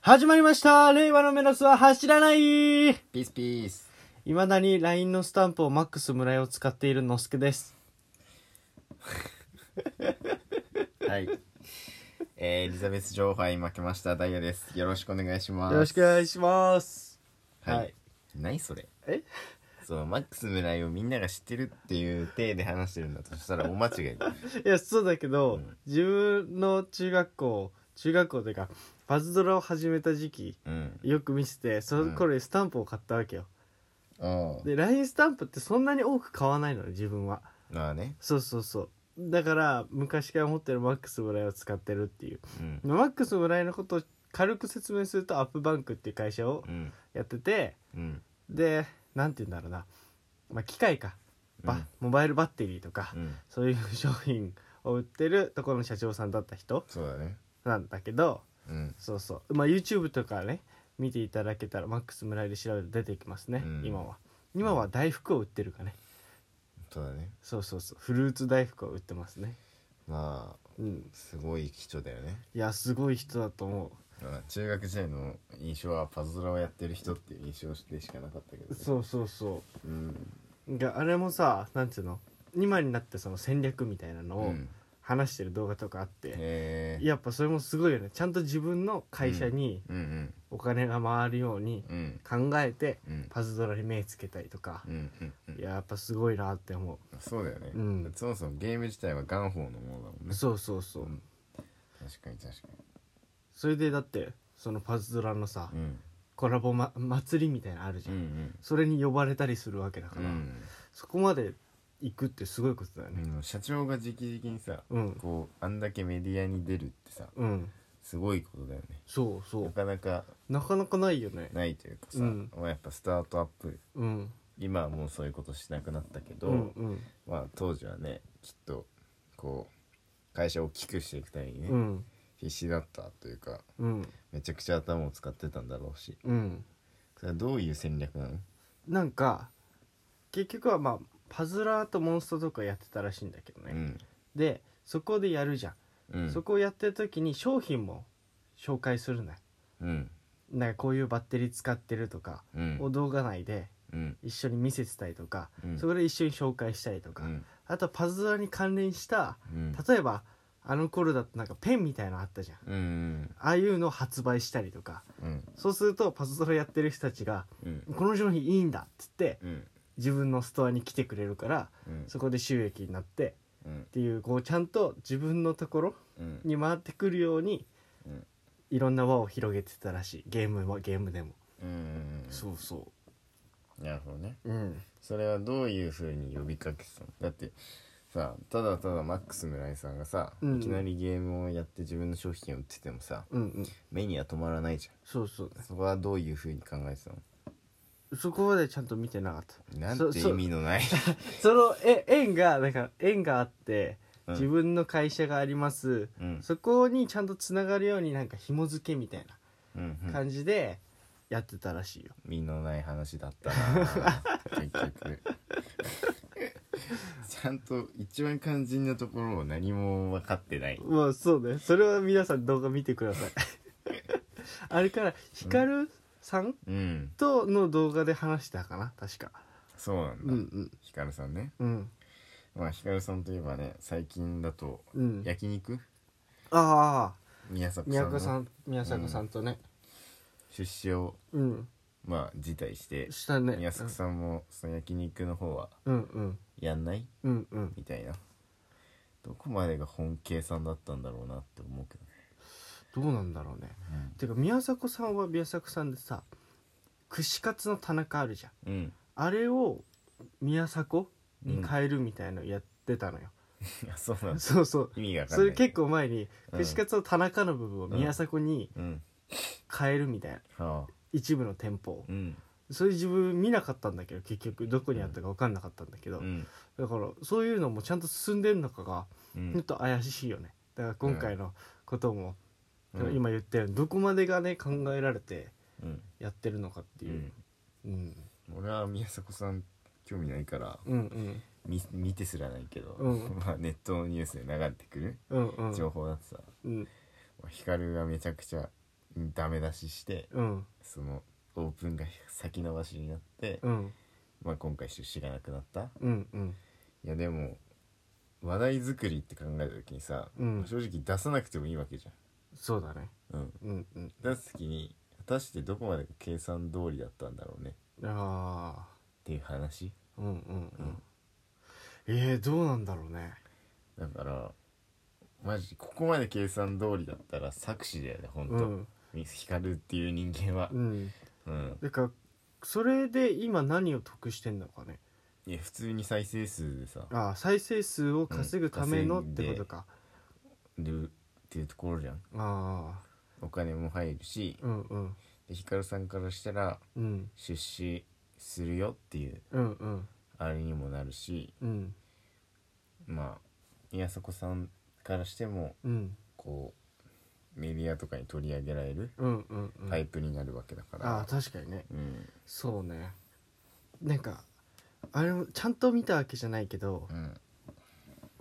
始まりました令和のメロスは走らないいピースピースまだに LINE のスタンプをマックス村井を使っているのすけです。はいえー、エリザベス女王杯負けましたダイヤですよろしくお願いしますよろしくお願いします。はい、はい何それえそうマックス村井をみんなが知ってるっていう体で話してるんだとしたらお間違い だいや、そうだけど、うん自分の中学校、中学校というか、パズドラを始めた時期、うんよく見せて、その頃にスタンプを買ったわけよ。あで、LINE スタンプってそんなに多く買わないのよ、自分は。あまあねそうそうそう。だから、昔から持ってるマックス村井を使ってるっていう。うんマックス村井のことを軽く説明すると、アップバンクっていう会社をうんやってて、うんでなんて言うんだろうな、まあ、機械か、ばうんモバイルバッテリーとか、うんそういう商品を売ってるところの社長さんだった人そうだねなんだけどうんそうそう、まあ、YouTube とかね見ていただけたらマックス村井で調べて出てきますね、うん今は今は大福を売ってるかねそうだねそうそうそうフルーツ大福を売ってますねまあうんすごい貴重だよね、いやすごい人だと思まあ、中学時代の印象はパズドラをやってる人っていう印象でしかなかったけどうねそうそうそうんうがあれもさなんていうの今になってその戦略みたいなのうをん話してる動画とかあって、へえやっぱそれもすごいよねちゃんと自分の会社にうんうんお金が回るようにうん考えてうんパズドラに目つけたりとかう、んうんうんいややっぱすごいなって思そうだよね、うんそもそもゲーム自体は元宝のものだもんう、ねそうそうそう、ん確かに確かそれでだってそのパズドラのさ、に、うん、コラボ、ま、祭りみたいなのあるじうゃん、んそれに呼ばれたりするわけだかうら、んそこまで行くってすごいことだようねん社長が直々にさ、うんこうあんだけメディアに出るってさうん、すごいことだよねそうそなうかなかなかなかないよねないというかさ、うんまあ、やっぱスタートアップうん今はもうそういうことしなくなったけど、うんうんまあ当時はねきっとこう会社を大きくしていくためにね、うん必死だったというかうんめちゃくちゃ頭を使ってたんだろうしうんそれはどういう戦略なのなんか結局はまあパズラーとモンストとかやってたらしいんだけどね、でそこでやるじゃん、うんうんそこをやってる時に商品も紹介するのようんなんかこういうバッテリー使ってるとかうんを動画内でうん一緒に見せてたりとか、うんそこで一緒に紹介したりとか、うんあとはパズドラに関連したうん例えばあの頃だとなんかペンみたいなのあったじゃんうんああいうのを発売したりとかうんそうするとパズドラやってる人たちがうんこの商品いいんだっつってうん自分のストアに来てくれるからうんそこで収益になってうんっていうこうちゃんと自分のところうんに回ってくるように、うんいろんな輪を広げてたらしいゲームはゲームでも、うんうそなるほどねううんそれはどういうふうに呼びかけてたのだってさただただマックス村井さんがさ、うんいきなりゲームをやって自分の商品を売っててもさうんうん目には止まらないじそうそうゃんそこはどういうふうに考えてたのそこまでちゃんと見てなかったなんて意味のないそそのえ縁がなんか縁があって、うん自分の会社があります、うんそこにちゃんとつながるようになんか紐付けみたいうんうなん感じでやってたらしいよ、身のない話だったな 結局ちゃんと一番肝心なところを何も分かってないまあそうねそれは皆さん動画見てください あれからヒカルさんうんとの動画で話したかな確かそうなんうだ、んヒカルさんねうんうんまあヒカルさんといえばね最近だとうん焼肉ああ宮迫宮さん迫さのん宮迫さんとね出資をうんまあ辞退してしたね宮迫さんもその焼肉の方はうんうんやんないうんうんみたいなどこまでが本計算だったんだろうなって思うけどねどうなんだろうねてか宮迫さんは宮迫さんでさ串カツの田中あるじゃんうん、 うんあれを宮迫に変えるみたいのやってたのよ、いやそうなんですそうそう意味が分かんそないれ結構前にうん串カツの田中の部分を宮迫にうん変えるみたいなはあ一部の店舗をうんそれ自分見なかったんだけど結局どこにあったか分かんなかったんだけど、うんだからそういうのもちゃんと進んでんのかがうちょっんと怪しいよねだから今回のことも、うん今言ったようにどこまでがね考えられてうんやってるのかっていう、うん、俺は宮迫さん興味ないからうんうん見見てすらないけど、うんまあネットのニュースで流れてくるうんうん情報だってさ、うんヒカルがめちゃくちゃダメ出ししてうんそのオープンが先延ばしになって、うんまあ、今回出資がなくなったうんうんいやでも話題作りって考えた時にさ、うん正直出さなくてもいいわけじそうだねゃん、うん、うんうん出す時に果たしてどこまでが計算通りだったんだろうねっあていう話あうんうんうんえー、どうなんだろうねだからマジここまで計算通りだったら作詞だよねほんと、うんミスヒカルっていう人間はうんうんだからそれで今何を得してんのかねいや普通に再生数でさああ再生数を稼ぐためのっうんて稼いでことか、るっていうところじゃんああお金も入るしうんうんでヒカルさんからしたらうん出資するよっていううんうんあれにもなるしうんまあ宮迫さんからしてもうんこうメディアとかに取り上げられるうんうんうんパイプになるわけだから、ああ確かにねうんそうねなんかあれもちゃんと見たわけじゃないけどう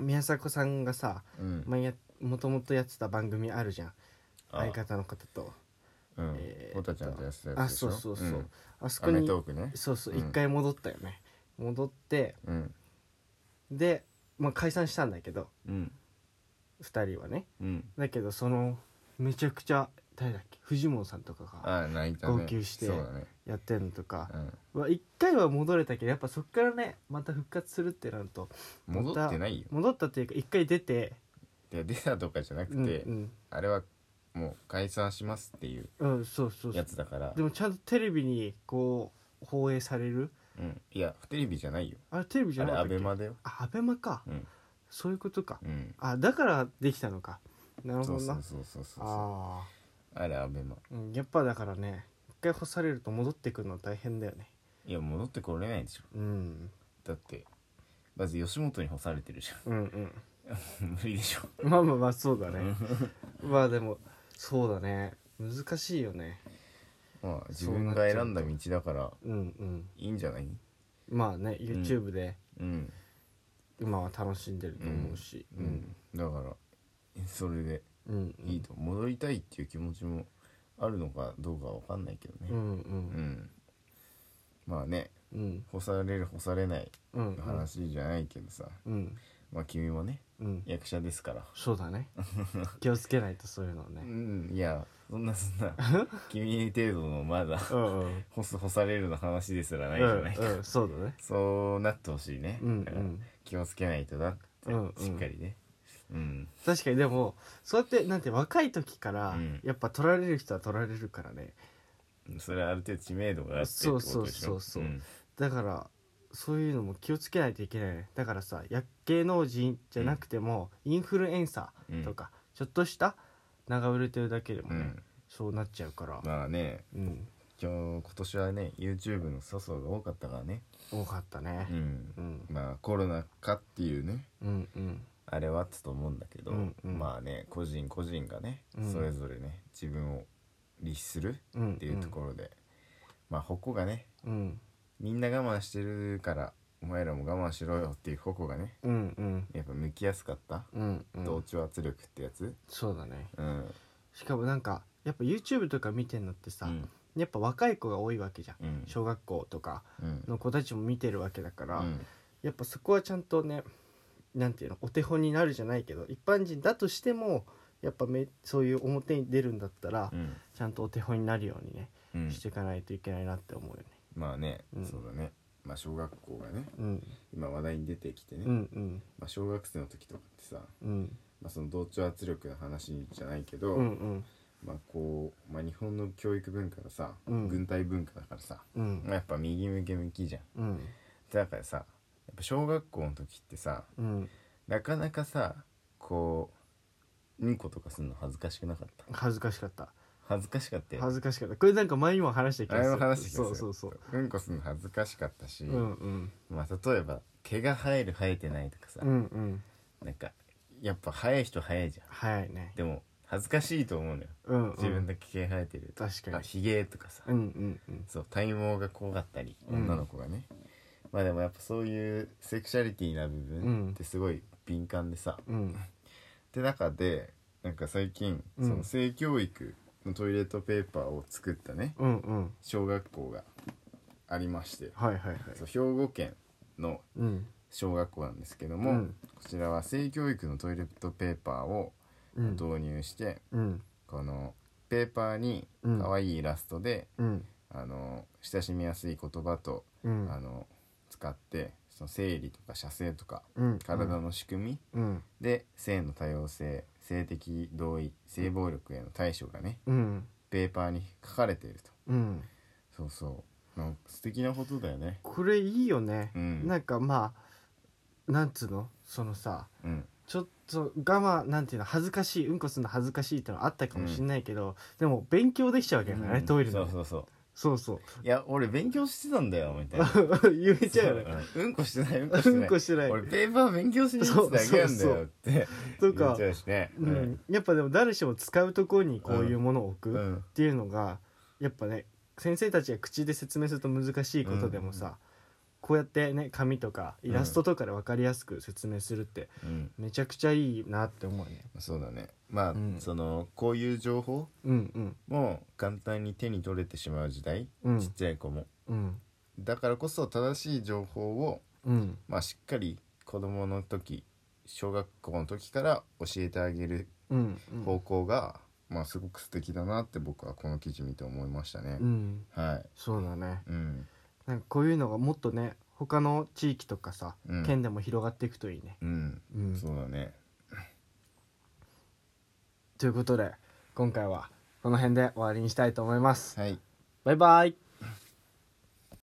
ん宮迫さんがさうん前やもともとやってた番組あるじゃんあ相方の方とうんえーポタちゃんとやってたやつあでしょそうそうそう、んあそアこメにトークねそうそううん一回戻ったよね、戻ってうんで、まあ、解散したんだけどうん2人はねうんだけどそのめちゃくちゃ誰だっけフジモンさんとかがああ泣いたね号泣してそうだねやってるのとかうんは一回は戻れたけどやっぱそっからねまた復活するってなると戻ってないよ戻ったっていうか一回出てで出たとかじゃなくて、うんうん、あれはもう解散しますっていううん、そうそうそやうつだからでもちゃんとテレビにこう放映されるうん、いやテレビじゃないよあれテレビじあゃれなかアったっけベマだよあアベマか、うんそういうことかうんあだからできたのかなるほそどうなそうそうそうそうああれアベマあ、うん、やっぱだからね一回干されると戻ってくるの大変だよねいや戻ってこれないでしょうんだってまず吉本に干されてるじうんうんゃん 無理でしょ まあまあまあそうだねまあでもそうだね難しいよねまあ自分が選んだ道だからうんうんいいんじゃないまあね YouTube でうん今は楽しんでると思うしう、ん、だからそれでうんうんうん、いいと戻りたいっていう気持ちもあるのかどうかわかんないけどうねんううんまあねうん干される干されないうんの話じゃないけどさ、うんまあ君もねうん役者ですからそうだ ね気をつけないとそういうのうねんいやそんなそん な君程度のまだうんうん干す干されるの話ですらないじゃないか、うんうんそうだねそうなってほしいね、うんだからうん気をつけないとだって、うんうんしっかりねうん確かにでもそうやってなんて若い時からうんやっぱ取られる人は取られるからねそれはある程度知名度があってってことでしょそうそうそうそうんだからそういうのも気をつけないといけないねだからさや芸能人じゃなくても、インフルエンサーとか、ちょっとした長売れてるだけでもうね、んそうなっちゃうから、まあねうん今日今年はね YouTube の粗相が多かったからね多かったねう、んうん、まあコロナかっていうねうんうんあれはあったと思うんだけど、うんうんまあね個人個人がね、うんそれぞれね自分を律するうんっていうところで、まあ矛がねうんみんな我慢してるからお前らも我慢しろよっていう矛がねうんうんやっぱ向きやすかった、うんう同ん調圧力ってやつそうだねうんしかもなんかやっぱ YouTube とか見てんのってさ、うんやっぱ若い子が多いわけじゃんうん小学校とかうんの子たちも見てるわけだから、うんやっぱそこはちゃんとねなんていうのお手本になるじゃないけど一般人だとしてもやっぱめそういう表に出るんだったら、うんちゃんとお手本になるようにね、うんしていかないといけないなって思うよね。まあね、うんそうだねまあ小学校がねうん、今話題に出てきてね、うんうんまあ、小学生の時とかってさ、うんまあ、その同調圧力の話じゃないけど、うんうんまあこう、まあ、日本の教育文化がさ、うん軍隊文化だからさ、うんまあ、やっぱ右向け向きじゃんうんだからさやっぱ小学校の時ってさうんなかなかさこううんことかするの恥ずかしくなかった恥ずかしかった恥ずかしかったよね恥ずかしかったこれなんか前にも話した気あがすれるも話してきたそうそうそううんこするの恥ずかしかったし、うんうんまあ例えば毛が生える生えてないとかさ、うんうんなんかやっぱ生える人生えじゃん早いねでも恥ずかしいと思うのようん、うん、自分だけ毛生えてると、確かあにひげとかさ、うんうんうんそう体毛が濃かったりうん女の子がね、まあでもやっぱそういうセクシャリティな部分ってすごい敏感でさ、うんって中でなんか最近うんその性教育のトイレットペーパーを作ったねうんうん小学校がありまして、はいはいはいそう兵庫県のうん小学校なんですけども、うんこちらは性教育のトイレットペーパーをうん導入して、うんこのペーパーにうん可愛いイラストで、うんあの親しみやすい言葉と、うんあの使ってその生理とか射精とかうん体の仕組みうんで性の多様性性的同意性暴力への対処がねうんペーパーに書かれているとうんそうそうなんか素敵なことだよねこれいいよね、うんなんかまあなんつうのそのさうんちょっと我慢なんていうの恥ずかしいうんこするの恥ずかしいってのあったかもしんないけど、でも勉強できちゃうわけだからね、うんトイレそのうそうそうそうそういや俺勉強してたんだよみ たいな言えちゃうよねうんうんこしてないうんこしてうなんいこしてない俺ペーパー勉強しに行ってただけなんだよってと言っかちゃうしねうんやっぱでも誰しも使うところにこういうものを置うくっんていうのがやっぱね先生たちが口で説明すると難しいことでもさ、こうやってね紙とかイラストとかで分かりやすく説明するってうんめちゃくちゃいいなって思うねそうだねまあうんそのこういう情報うんうんも簡単に手に取れてしまう時代うんちっちゃい子もうんだからこそ正しい情報をうんまあしっかり子供の時小学校の時から教えてあげるうん方向が、まあすごく素敵だなって僕はこの記事見て思いましたね、うんはそうだねいうんなんかこういうのがもっとね他の地域とかさ、うん県でも広がっていくといいね、うん、うん、そうだねということで今回はこの辺で終わりにしたいと思いますはいバイバイ